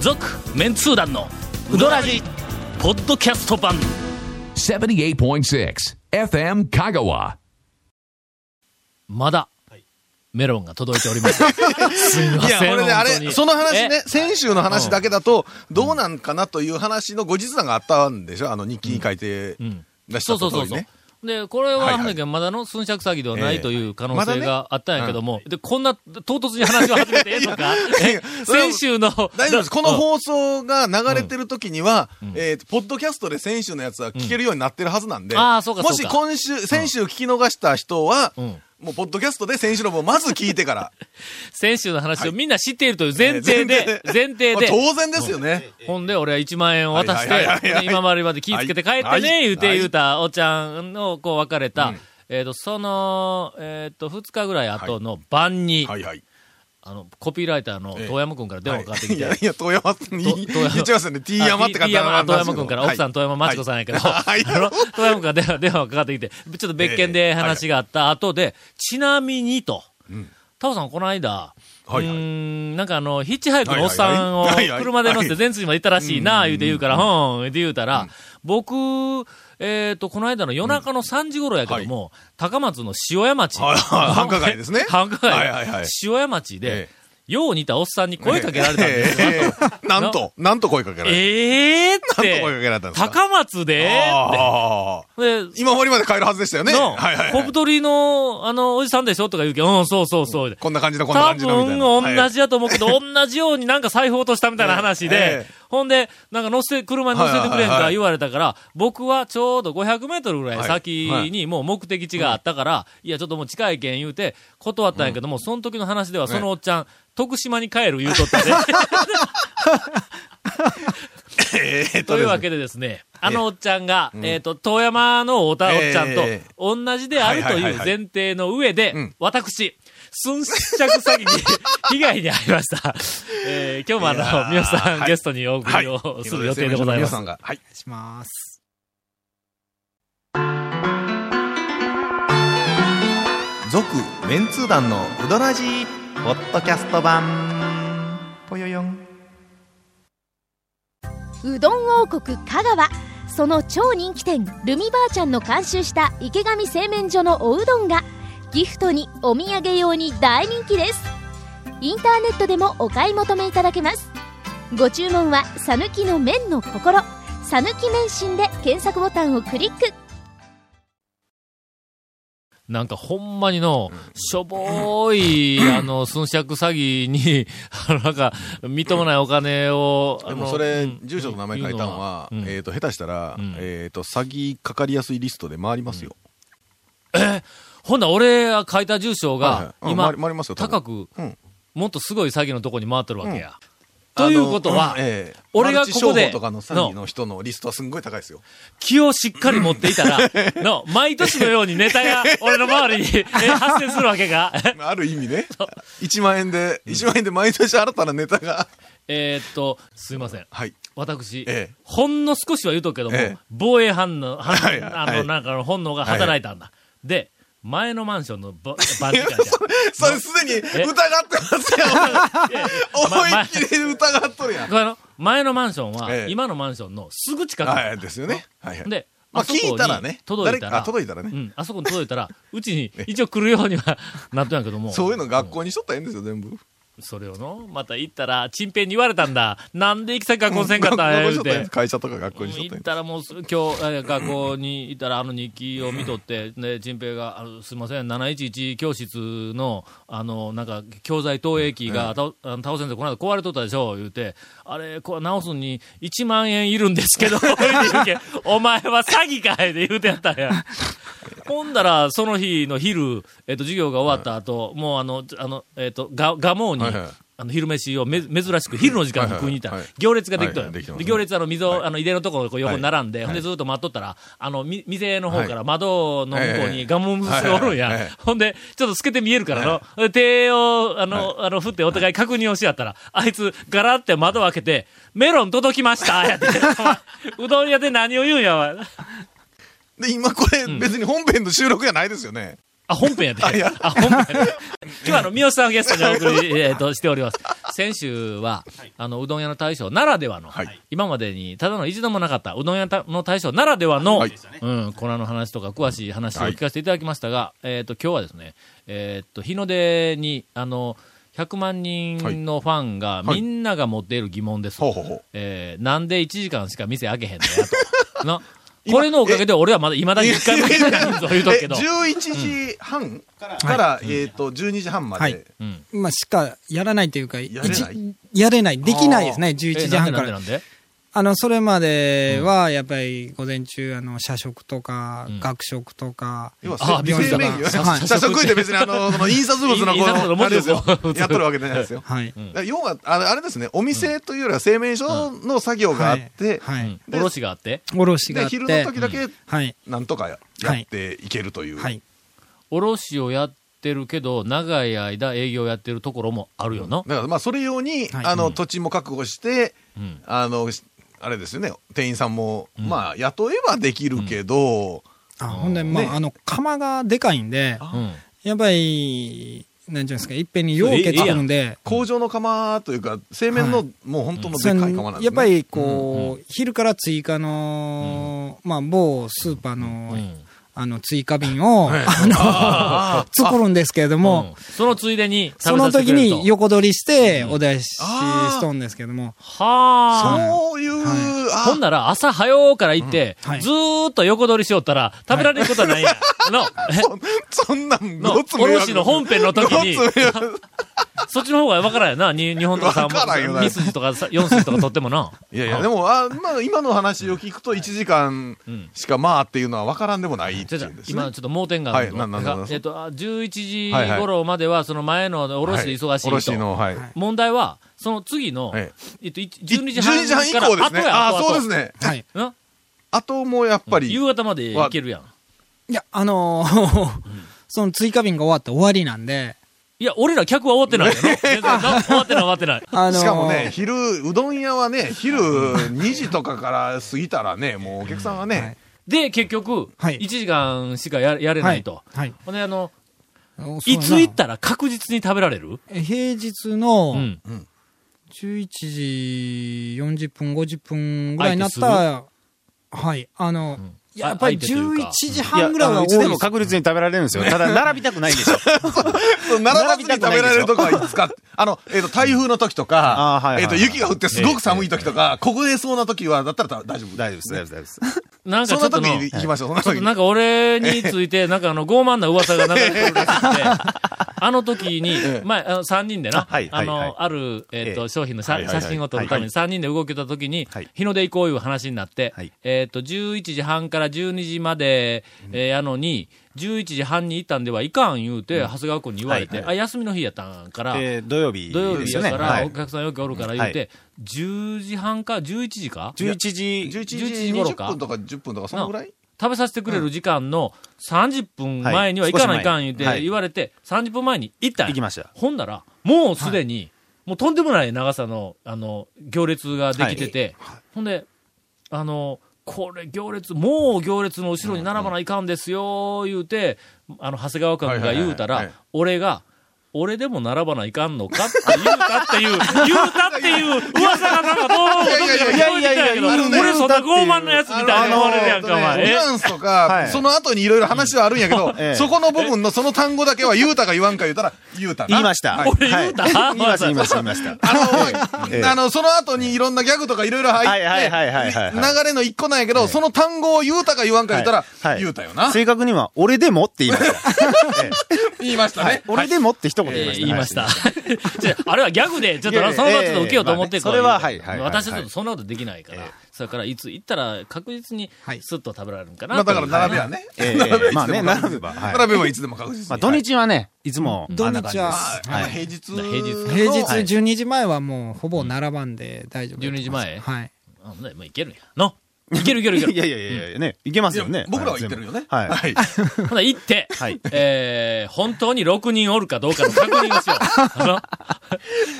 続メンツー団のウドラジポッドキャスト版78.6 FM Kagawa. まだメロンが届いており ますすいまいや、せん俺ね、あ本当れ、にその話ねえ、先週の話だけだと、どうなんかなという話の後日談があったんでしょあの日記に書いて出しそたうそうところそうそにうね。で、これは、はいはいはねけどまだの寸尺詐欺ではなえいえという可能まだ性ねがあったんやけども、で、こんな唐突に話を始 めてとか、えそれは先週の、大丈夫です。このうん放送が流れてる時には、えーとポッドキャストで先週のやつは聞けるようになってるはずなんで、うんあーそうかもそしうか今週、先週聞き逃した人は、んもうポッドキャストで先週の分をまず聞いてから。先週の話をみんな知っているという前提 で、えー前提まあで、当然ですよね。ほんで、俺は1万円を渡しはていはいはいは、い今までまで気ぃつけて帰ってはいね、言うてはい言うた、おっちゃんの、こう、別れたうん、えっと、その、えっと、2日ぐらい後の晩に、はいはい。あの、コピーライターの遠山くんから電話がかかってきいてや、いや、遠山さんにと言遠山っちゃいますよね。T 山って方あ T 山、遠山君から、奥さん遠山真知子さんやけど、はいあの遠山君から電話電話がかかってきて、ちょっと別件えでえ話があった後で、ちなみにと、タオさんこの間、はいうはいーんなんかあの、ヒッチハイクのおっさんをはいはいはい車で乗せはてい全通にまで行ったらしいな、言うて言うから、うん、言うて言うたら、僕、えっと、この間の夜中の3時頃やけども、高松の塩屋町。はいはい繁華街ですね 繁華はいはいはい街。塩屋町えで、よう似たおっさんに声かけられたんですよ。よ。なんと、なんと声かけられた。ええー、っなんと声かけられたてん、ですか高松でっああて。で、今終わりまで帰るはずでしたよね。の、はいはい小はい。太りの、あの、おじさんでしょとか言うけど、うん、そうそうそう。こんな感じの、こんな多感じのみたい分、な。同じやと思うけど、同じようになんか財布落としたみたいな 話で、ええええほんで、なんか乗せて、車に乗せてくれんはいはいはいかはい言われたから、僕はちょうど500メートルぐらい先はいにもう目的地があったから、い、や、ちょっともう近いけん言うて、断ったんやけども、その時の話では、そのおっちゃん、徳島に帰る言うとったで。ええというわけけでですね、あのおっちゃんが、えっ、と、遠山のおたおっちゃんとええ、同じであるとはいはいいはういはい前提の上で、うん私、寸尺詐欺に 被害に遭いました。えー今日もあいやの、ー皆さん、はいゲストにお送りをする予定でございま皆すさ。んが。はい。します。続、メンツー団のうどらじ。ポッドキャスト版ぽよよん。うどん王国香川その超人気店ルミばあちゃんの監修した池上製麺所のおうどんがギフトにお土産用に大人気ですインターネットでもお買い求めいただけますご注文は「さぬきの麺の心」「さぬき麺心」で検索ボタンをクリックなんかほんまにの、しょぼ ーい、あの、寸尺詐欺に、 あのなんか、みっともないお金を、あでのもそれうん、住所と名前書いたのは、うんえっと、下手したらうん、えっと、詐欺かかりやすいリストで回りますよ。ほんなら俺が書いた住所はいが、はいうん今回り回りますよ、多分高く、うんもっとすごい詐欺のとこに回ってるわけや。あのということはうんええ俺がここでマルチ商法とかの詐欺の人のリストはすんごい高いですよ。気をしっかり持っていた ら、の、毎年のようにネタが俺の周りにえ発生するわけが。 ある意味ね。1万円で、1万円で毎年新たなネタが。えーっと、すいません。はい。私、ええほんの少しは言うとくけども、ええ防衛反応、反はいはいあの、なんかの本能が働いたんだ。で、前のマンションの ば番地官じゃん。それすでに疑ってますよ。 思いっきり疑っと るやん。この前のマンションは、ええ今のマンションのすぐ近く。はい、ですよね。はいはい。で、まあそこに聞いたらね届いた誰ら。かあ届いたらねうん、あそこに届いたら、うちに一応来るようにはなったんやけども。そういうの学校にしとったらええんですよ、全部。それをの、また行ったら、チンペンに言われたんだ。なんで行き先学校せんかったんや、学校言にしとうったらええんでてす。会社とか学校にしとっ行たらええっんでたらもうす、今日、え学校に行ったら、あの日記を見と って、で、チンペイが、あのすいません、711教室の、あの、なんか、教材投影機が、たおあの倒せんで、この間壊れとったでしょ、言うて、あれ、こう直すのに1万円いるんです けど、言うて言うけんお前は詐欺かいで言うてやったんや。ほんだら、その日の昼、えっ、と、授業が終わった後、もうあの、あの、えっ、と、が、がもうに、はいはいあの、昼飯をめ、珍しく、昼の時間に食いに行ったらはいはいはい、行列ができとるはいはいできてますで、ね行列、あの、溝、はいあの、入れのところ、こう、横に並んで、はいほんで、はいずっと待っとったら、あの、み、店の方かはら窓の向こうえにえガモムスがおるんはいはいはやい。ほんで、ちょっと透けて見えるからの、で手を、あの、あの、振ってお互い確認をしやったら、あいつ、ガラって窓を開けて、メロン届きましたやっ て、お前うどん屋で何を言うんやわ。で、今これ別に本編の収録じゃないですよね。あ、本編やで。あ、本編 やで。今日はあの、三好さんをゲストにお送 り、えーと、しております。先週は、あの、うどん屋の大将ならではの、はい今までに、ただの一度もなかった、うどん屋の大将ならではの、はいうん、粉の話とか詳しい話を聞かせていただきましたが、えっ、と、今日はですね、えっ、と、日の出に、あの、100万人のファンが、はいみんなが持っている疑問です。ほうほうほうえーなんで1時間しか店開けへんのや と。なこれのおかげで俺はまだ、未だに1回も行かないぞ、言うとくけど。 11時半から、えっと、12時半まはいで。うんまあ、しかやらないというか、やれない一やれない。できないですね、11え時半なからん。でなんであの、それまでは、やっぱり午前中、あの、社食とか、学食とか、要は、あせ生びっメくニュ りしたはいー。社食って別に、あの、その印刷物の印刷物のこの、文あ字れをですよこう。やっとるわけじゃないですよ。はい。だから要は、あれあれですね、お店というよりは製麺所の作業があって、はうい。んおろしがあっておろしがあで、って。昼の時だけ、はい。なんとかやはいっていけるという。はい。おろしをやってるけど、長い間営業やってるところもあるよな。だから、まあ、それ用に、はいあの、土地も確保してん、あの、しあれですよね、店員さんも、まあ、雇えばできるけど、あほんで、まあ、あの、釜がでかいんで、うん。やっぱり、なんちゅうんですか、いっぺんにようけ作るんで、工場の釜というか、製麺はの、もう本当のそでっのかい釜なんですね。やっぱりこう、昼から追加の、まあ、某スーパーの、んあの、追加瓶を、あの、 作るんですけれども、うんそのついでにそ食べのさせて時くれると、に横取りして、お出しあーしとんですけども、はあ。そういう、あほんなら、朝早うから行って、うんはいずーっと横取りしよったら、食べられることはないやん。 の、そんなん、のごつ、お迷惑ろしの本編の時にごつ迷惑、そっちの方が分からんよな。に日本とかわからんよな2筋とか4筋とか取ってもな。いやいや、でも、あまあ、今の話を聞くと、1時間んしかまあっていうのは分からんでもないってちょっいとうんですね。今、ちょっと盲点があるんだはいななんだなんだえっと、あ11時頃までは、その前のおろしで忙しいと。はいおろしの、はい。問題は、その次の、はいえっと、い12 12時時半半以から降ですね。後やああ、後そう後ですね。はい。なあともうやっぱり夕、方まで行けるやん。いや、あのーその追加便が終わって終わりなんで、いや、俺ら客は終わってないよな。全然な終わってない、終わってない。あのーしかもね、昼、うどん屋はね、昼2時とかから過ぎたらね、もうお客さんはね、で、結局、はい1時間しかややれないと。はい。ほんで、あの、はいつ行ったら確実に食べられるえ平日うのん。 11時40分、50分ぐらいになったら、はい、あの、やっぱりあ相手という11か時いや、半ぐらいは多ういちでもです確率に食べられるんですよ。た だ、並びたくないんですよ。並ばずに食べられるとこはいつか、あの、えっと、台風の時とあーはいかは、いえっと、雪が降ってすごく寒い時とか、凍えそうな時は、だったら大丈夫。大丈夫です、大丈夫です、大丈夫 です。なんかちそんょなっと時の、に行きましょう、そんなちょっと時になんか俺につい て、なんかあの、傲慢な噂が流れてるらしくて、あの時に、前、あの3人でな、あはいあはいはいの、ある、えっえと、え商品のはさいはいは写い真を撮るために3人で動けた時にはい、日の出行こういう話になってはい、えっと、11時半から12時までえーやのに、11時半に行ったんではいかん言うて、長谷川君に言われはて、いあ、休みの日やったんから、えー土曜日土曜で日すよやね。から、はおい。客さんよくおるから言うて、10時半か、11時か11時、 11時11時頃か20分とか10分とか、そのぐらい食べさせてくれる時間の30分前にははい行かないかん言う少てし前はい言われて、30分前に行ったんや行きましたほんなら、もうすでに、もうとんでもない長さの、あの、行列ができてて、ほんで、あの、これ行列、もう行列の後ろに並ばないかんですよ、言うて、あの、長谷川君が言うたはいはいはいらはい、俺が、俺でも並ばないかんのかって言うたっていう、言うたっていう噂がなんかどうもどうも聞こえてきたんやけど、いやいやいやいやいやいや俺そんな傲慢なやつみたいに思われるやんか、おあの前。ニえュアンスとかえ、その後にいろいろ話はあるんやけどえ、えそこの部分のその単語だけは言うたか言わんか言うたら、言うたな。言いました。はい俺言うたはい言いました、言いました、言いました。あ え えの、あの、その後にいろんなギャグとかいろいろ入っはいはいはいはいはいて、流れの一個なんやけど、その単語を言うたか言わんか言ったら、言うたよ な。正確には、俺でもって言いました。 ええ言いましたね。俺でもって一言え言いまーした。言いました は。じゃああれはギャグで、ちょっといやないやその場ちょっと受けようと思ってえーまあねそれははいこうはいはい私はちょっとそんなことできないから。それからいつ行ったら確実にはいスッと食べられるんかなまあだから並べべは。ね。え え並べまはあいつでもね、並確べ実。ば。はい並べはいつでも確実。まあ、土日はね、いつも、土あんな感じ日ではす。はいまあ平日の。平日平日はい12時前はもうほぼ並ばんで大丈夫だと思います12時前はい。あほんならもういけるんや。のいけるいけるいけ いる。やいやいやいや、ね、いけますよいねや。僕らは行ってるよね。はいはい。ほんなら行って、はい えー本当に6人おるかどうかの確認をしよう。あの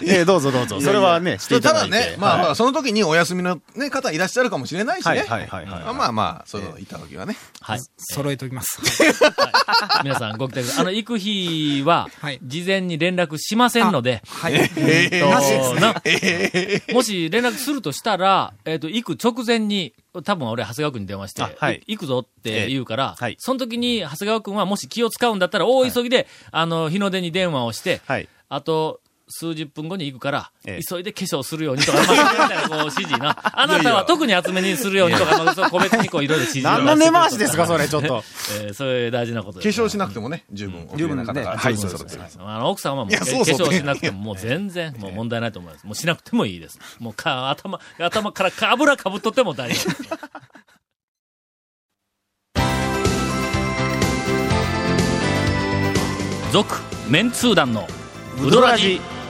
ええどうぞどうぞ。それはね、していたただだいて。ね、まあまはあ、その時にお休みの、ね、方いらっしゃるかもしれないしいね。はいはいはいまあはまあまあ、その、いた時はね。はい。揃えておき ます。皆さんご期待ください。あの、行く日ははい、事前に連絡しませんので、はい。えっとなしですねなもし連絡するとしたら、えっ、と、行く直前に、多分俺、長谷川君に電話してあ、はいい行くぞって言うから、えはいその時に長谷川君はもし気を使うんだったら、大急ぎで、あの、日の出に電話をして、い。はい。あと、数十分後に行くから、ええ急いで化粧するようにとか、まあ、 みたいなこう指示な。あなたは特に厚めにするようにとか、まあ、そう個別にこういろいろ指示を何の根回しですか、それ、ちょっと。えーそれ大事なこと化です。粧しなくてもね、十分、十分なね方が。ははいい、そうです。あの奥様もいやそうそう化粧しなくても、もう全然、もう問題ないと思います。もうしなくてもいいです。もうか頭、頭からか油かぶっとっても大丈夫です。続、メンツー団の、ウドラジ、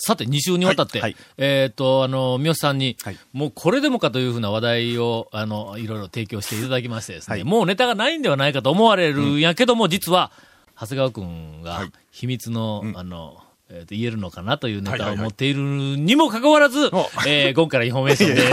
さて、2週にわたって、はいはいえっ、と、あの、三好さんに、はいもうこれでもかというふうな話題を、あの、いろいろ提供していただきましてですね、はいもうネタがないんではないかと思われるんやけども、実は、長谷川くんが、秘密の、あの、えーと言えるのかなというネはいタはをいはい持っているにもかかわらず、えー、今からインフォメーションで、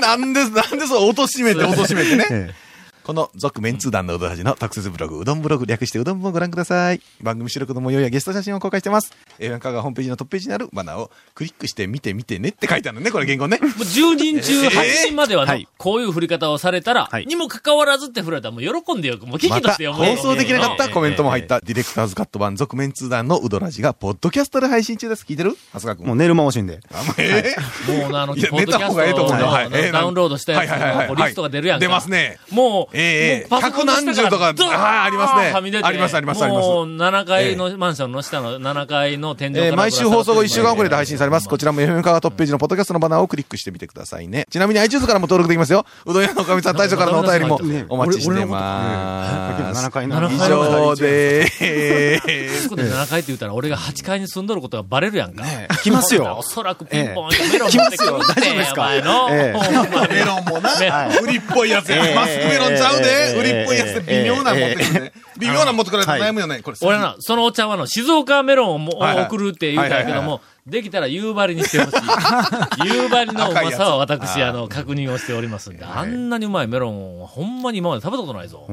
なんで、なんでそう、貶めて、貶めてね。ええこの続メンツー団のうどらじの特設ブログ、うどんブログ略してうどん部をご覧ください。番組収録の模様やゲスト写真を公開してます。A1 カがホームページのトップページにあるバナーをクリックして見て見てねって書いてあるね、これ言語ね。もう10人中8人まではの、はいこういう振り方をされたら、はいにもかかわらずって振られたら、もう喜んでよ、もう聞まき出たしてよ、放送できなかっえたーコメントも入ったディレクターズカット版続メンツー団のうどらじがポッドキャストで配信中です。聞いてる長谷川君。もう寝る間惜しいんで。あんまえもうなあの、ポ いやッドキャス寝た方がええとト思うよはいえのえダウンロードしたやつはいはいはいのはいリストが出るやんか。出ますねもう、ええもうパソコンの下から170とかドーンああありますねはみ出てありますありますありますもう、7階の、マンションの下の7階の天井からえー毎週放送後1週間遅れで配信されます。こちちらも FM カガトップページのポッドキャストのバナーをクリックしてみてくださいね。ちなみに iTunes からも登録できますよ。うどん屋のおかみさん大将からのお便りもお待ちしてま7す。階七の階以の上でーす。ら。そこで7階って言ったら、俺が8階に住んどることがバレるやんか。来ますよ お。そらくピンポンってメロン持ってくるって、ええ来ますよ大丈夫ですかお前のええほんまにメロンもな、売りっぽいやつえや。えマスクメロンちゃうえで。え売りっぽいやつで微妙なの持ってくるね。微妙なの持ってくれたら悩むよね。これ。俺な、そのお茶はの、静岡メロンをもはいはい送るって言うたんやけどはいはいはいも、できたら夕張にしてほし い。夕張のうまさは赤私、いやつあの、確認をしておりますんで、あんなにうまいメロンはほんまに今まで食べたことないぞ。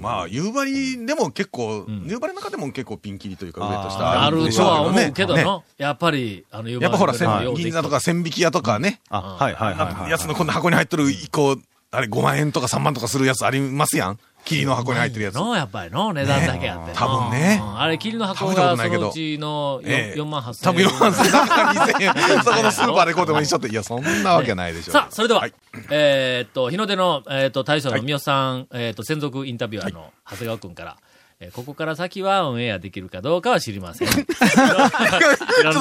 まあ、夕張でも結構、夕張の中でも結構ピンキリというか、上と下あるとは思うけどねな。やっぱり、あの、夕張やっぱほら、のメロンはよ千うでき銀座たとか千匹屋とかね、あ、はいはいはいはい。やつのこんな箱に入っとる一個、あれ5万円とか3万とかするやつありますやん。霧の箱に入ってるやつ。のやっぱりの値段だけあって。多分ねうんあれ、霧の箱食べたこがとそないけどのうちのええ4万8000多円。分4万3000円、2000円。そ このスーパーでこうでも一緒って。いや、そんなわけないでしょ。さあ、それでは、いえーっと、日の出の、えーっと、大将の三好さん、えーっと、専属インタビュアーの長谷川くんから、えーここから先はオンエアできるかどうかは知りません。ちょっとびっくりしました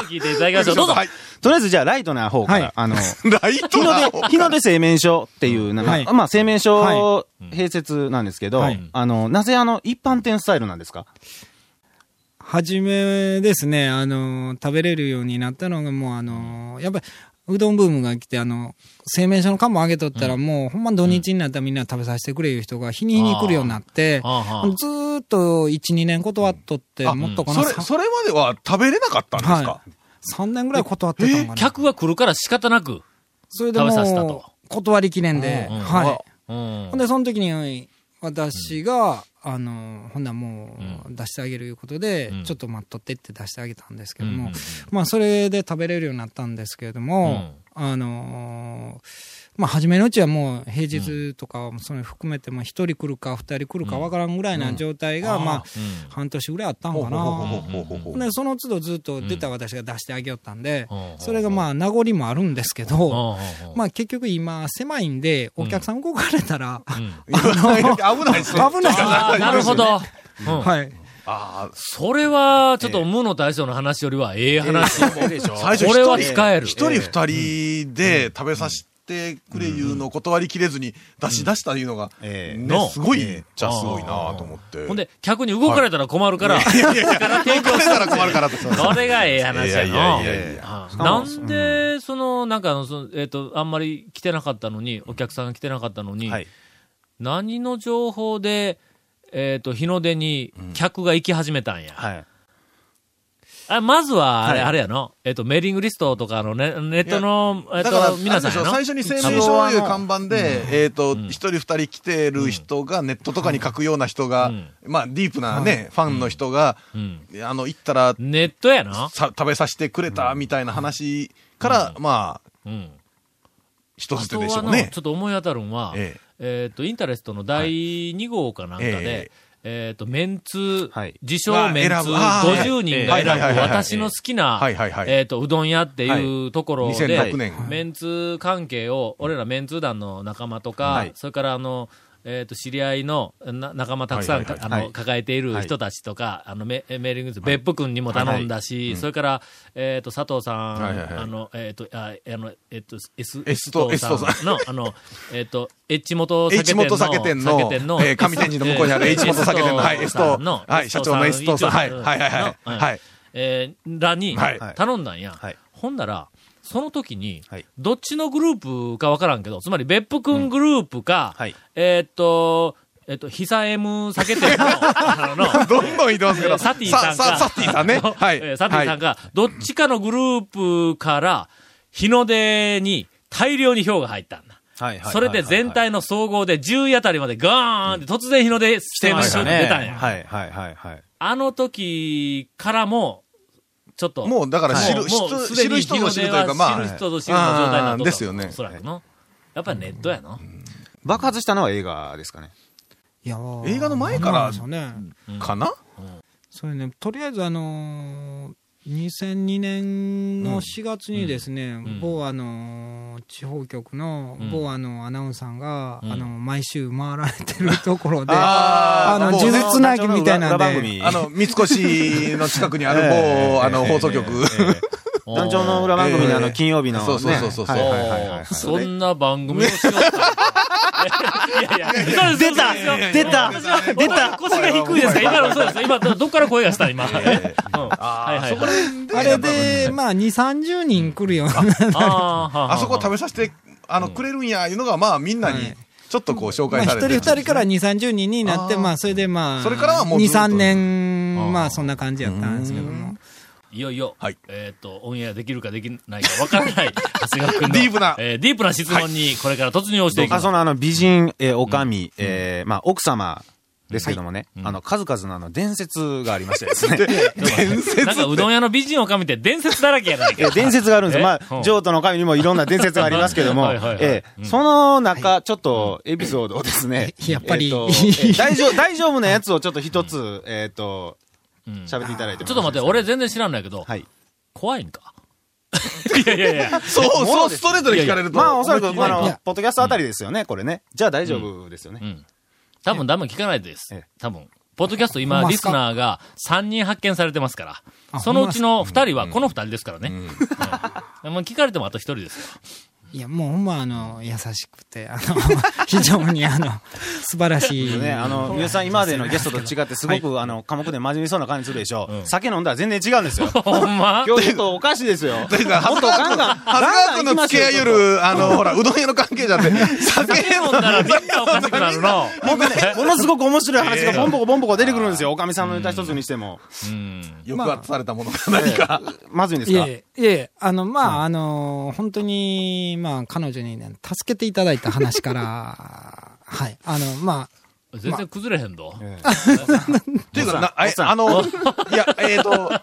聞いていただきましょう。どうぞ。はい。とりあえずじゃあ、ライトな方かはらい、あの、ライ日トだの出、日の出製麺所っていう名前、はいまあ、製麺は所併設なんですけど、はいあの、なぜあの、一般店スタイルなんですか はじめですね、あの、食べれるようになったのが、もうあの、やっぱり、うどんブームが来て、あの、製麺所の缶も上げとったら、もう、ほんま土日になったらみんな食べさせてくれいう人が、日に日に来るようになって、ああああずーっと1、2年断っとって、あもっとかな、それ、それまでは食べれなかったんですか3年ぐらい断ってたんかな。客が来るから仕方なく。それでも食べさせたとう、断りきれんで、うんうんはい。うんほん。で、その時に、私が、あの、ほんならもう、出してあげるいうことで、うんちょっと待っとってって出してあげたんですけどうんうんもうん、まあ、それで食べれるようになったんですけれども、あのーまあ、初めのうちはもう、平日とか、それ含めて、まあ、一人来るか、二人来るか分からんぐらいな状態が、まあ、半年ぐらいあったんほうかほうな。ほうほうほうほうほうで、その都度ずっと出た私が出してあげよったんでうん、それがまあ、名残もあるんですけうんど、うんうんまあ結局今、狭いんで、お客さん動かれたら、うん危ないですね。 危ないですねあーなるほど。うんはい。ああ、それは、ちょっと、無の大将の話よりは、ええ話。最初これは使える。一人二人で食べさせてくれいうのを断りきれずに出し出したいうのが、ええのね、すごい、じゃあすごいなと思って。ほんで、客に動かれたら困るから、いやいやいや、提供したら困るからと。それがええ話やの。いやいやいやあなんで、その、なんかあの、そのえっ、と、あんまり来てなかったのに、お客さんが来てなかったのに、はい何の情報で、えっ、と、日の出に客が行き始めたんや。はい。あまずは、あれ、はいあれやの。えっ、と、メーリングリストとかのね、ネットの、えっ、だから、と、皆さんあれでしょやの。最初に声明書をいう看板で、えっと、ん一人二人来てる人が、ネットとかに書くような人がうん、まあ、ディープなね、ファンの人が、うん。あの、行ったら、ネットやな。さ食べさせてくれたみたいな話から、まあ、うん。一つあ手とでしょはうの、ねちょ。っと思い当たるんは、ええっ、と、インタレストの第2号かなんかで、はいええっ、と、メンツ、はい自称メンツあ選ぶあー50人がはいはいは選いぶはい私の好きな、はいはいはいえっ、と、うどん屋っていうところで、 2006年メンツ関係を、俺らメンツ団の仲間とか、はいそれからあの、えっ、と、知り合いのな仲間たくさん、はいはいあいの、はい抱えている人たちとか、あの、メメーリングです別府君にも頼んだし、それから、えっ、と、佐藤さん、はいはいはいあの、えっ、と、ああの、えっ、と、S、 S と S とさんの、あの、えっ、と、H 元酒店 H 元酒店のえー上天神の向こうにある H 元酒店のはい S とはい社長の S とさんはいはいはいはいはい。えーらにはい頼んだんや。はいほんなら、その時にはい、どっちのグループかわからんけど、つまり別府くんグループか、うんはいえーっと、えーっと、ひさえむ酒店 の、あの、どんどん移動するけえーど。サティさんか。さサティさん ね。はえーい。サティさんが。が、どっちかのグループから、日の出に大量に票が入ったんだ。はいはい。それで全体の総合で10位あたりまでガーンって突然日の出スしてテーまジしたにね。出たんや。はいはいはいはい。あの時からも、ちょっと。もうだから知もる、う知もうるす知でるに人日のの知出るというか、はまあ。知る人ぞ知るの状態になっあとーっですよねおそらくの。やっぱりネットやの。爆発したのは映画ですかね。いやー映画の前からなんでしょうね。かなそうね、とりあえずあのー、2002年の4月にですね、ん某あのー地方局のうん某あのアナウンサーが、んあの毎週回られてるところで、 ああの、もう呪ね術なぎみたいなん裏番で、組。あの、三越の近くに ある某、あの、放送局。団長の裏番組のあの、金曜日のね。そうそうそうそうはいはいはいはい。そんな番組をしようと思った。いやいや、そうです、そうです出た私は腰が低いですから、今のそうです。今、どっから声がした今。うんはいはいはい。あれで、まあ、2、30人来るような、あーはあはあ あそこを食べさせて、あの、くれるんや、いうのが、まあ、みんなに、ちょっとこう、紹ま介あ、一されて人る。二人から2、30人になって、あーまあ、それでまあ、それからはもうず2、っと3年あー、まあ、そんな感じやったんですけども。いよいよ、はいえっ、と、オンエアできるかできないか分からない、長谷川君の。ディープなえーディープな質問に、これから突入をしていきまあす。そのあの美人、えー、おかみ、えーまあ、奥様ですけどもね、あの、数々のあの、伝説がありましてですね。伝説なんか、うどん屋の美人をかみて伝説だらけや ないえーか。伝説があるんですよ。まえうんあ、譲渡の神にもいろんな伝説がありますけども、はいえはいはいーその中、ちょっとエピソードをですね、やっぱりえーとえー大丈夫、大丈夫なやつをちょっと一つ、えっと、喋っていただいてもちょっと待って、俺全然知らんないけど、はい。怖いんか いやいやいや。そうそう、ストレートに聞かれると。まあ、おそらく、まああいのや、ポッドキャストあたりですよね、これね。じゃあ大丈夫ですよね。うん。多分、多分聞かないですええ。多分。ポッドキャストほん今、まっリすスかナーが3人発見されてますかあら、そのうちの2人はこの2人ですからね。うんもう聞かれてもあと1人ですよ。いや、もうほんまあの、優しくて、あの、 非常にあの、素晴らしい。ね、あの、皆さん今までのゲストと違って、すごく、あの、科目で真面目そうな感じするでしょ。酒飲んだら全然違うんですよ。ほんま今日ちょっとおかしいですよ。もっとガンガン、長谷川君の付き合いよる、あの、ほら、うどん屋の関係者って、酒飲飲んんだらみんなおかしくなる の。もうね、ものすごく面白い話がボンボコボンボコ出てくるんですよ。おかみさんのネタ一つにしても。うん。抑圧されたものが何か。まずいんですいかえいえ、いえいえ、あの、まあ、あの、本当に、まあ、彼女にね、助けていただいた話から、 はい。あの、まあ、全然崩れへんど。っていうか、な、え、あの、いや、えっと、あ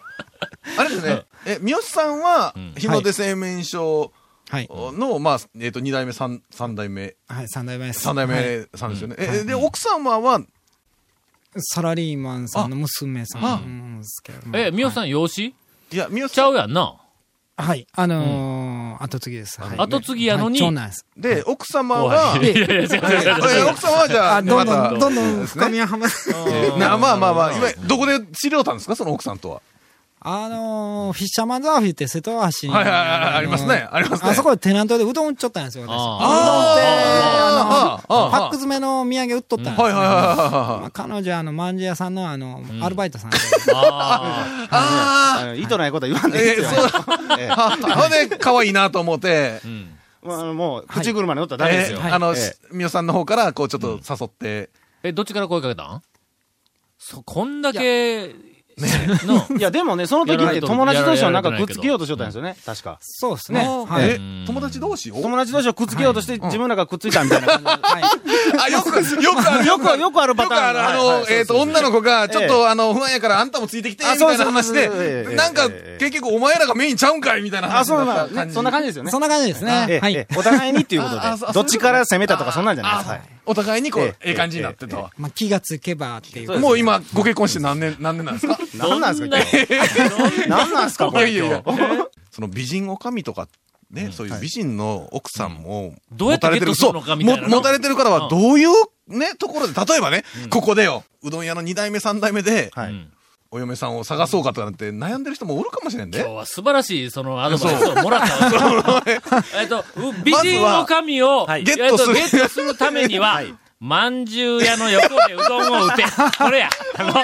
れで すね、え、三好さんは、日の出製麺所はい。の、まあ、えっと、二代目、三、三代目、はい、三代目です。三代はい目さんですよね。え、で、奥様は、サラリーマンさんの娘さんですけども。え、みよさん養子いや、三好ちさゃんうやんな。はい。あのー後継ぎです。はい後継ぎやのにはい長男です。で、奥様は、いやいや、違う違うえ違う違う。奥様はじゃあ、あ、どんまどたん、どんどん深みははまる。えーなまあまあまあ、いわゆるどこで知り合ったんですか、その奥さんとは。あのーフィッシャーマンズアーフィーって瀬戸大橋にはいはいはいはいありますねのーありますねあそこでテナントでうどん売っちゃったんですよ、私。ああーあーあうどんって、あの、ーあーパック詰めのお土産売っとったんですよはいはいはいはいまはあい。彼女はあの、まんじゅう屋さんのあの、アルバイトさんで。あああの意図ないことは言わないえでえすよ。そう。 ほんで、可愛いなと思ってーう、んまああのもう、口車に乗ったらダメですよ。えーあの、ええみよさんの方から、こう、ちょっと誘って、え、どっちから声かけたんそ、こんだけ、 の、いや、でもね、その時やらっないてと友達同士をなんやからなくいっけどつけようとしよったんですよね、確か。そうですねね。はい。え、友達同士を友達同士をくっつけようとして、自分らがくっついたみたいな感はいあ、よく、よくある、よく よくあるパターンよくあるあはいのは、いえっと、そうそうそう女の子が、ちょっえと、あの、不安やから、あんたもついてきて、みあたいな話そうそうそうそうえで、えなんか、ええ結局、お前らがメインちゃうんかいみたいなじ。あ、 話そうにななっんただ感じ。そんな感じですよねそん。な感じですね。ええはええい。お互いにっていうことでああそう、どっちから攻めたとかそんなんじゃないです。はいあお互いにこう、ええええ感じになってと。まあ、気がつけばっていう。もう今、ご結婚して何年、何年なんで すか何なんですか、今日。何なんですか、こ れ。いやいやいや今日その美人おかみとか、ね、そういう美人の奥さんも、どうやってゲットするのかみたいなそうも持たれてる方は、どういう、ね、ところで、例えばね、ここでよ、うどん屋の2代目、3代目で、はいうんお嫁さんを探そうかとかなんて悩んでる人もおるかもしれんで。今日は素晴らしい、その、アドバイスをもらったわけえっと、う美人の神を、いえっとゲットするゲットするためには、まんじゅう屋の横でうどんを 打て。これや。あのお土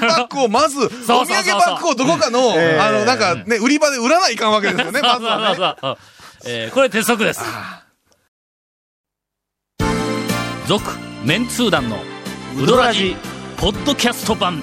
産パックをまず、お土 そうそう産そうパックをどこかの、ええあの、なんかね、売り場で売らないかんわけですよね、まずはね。そうそうそうそうえーこれ鉄則です。続、メンツー団の、ウドラジ、ポッドキャスト版。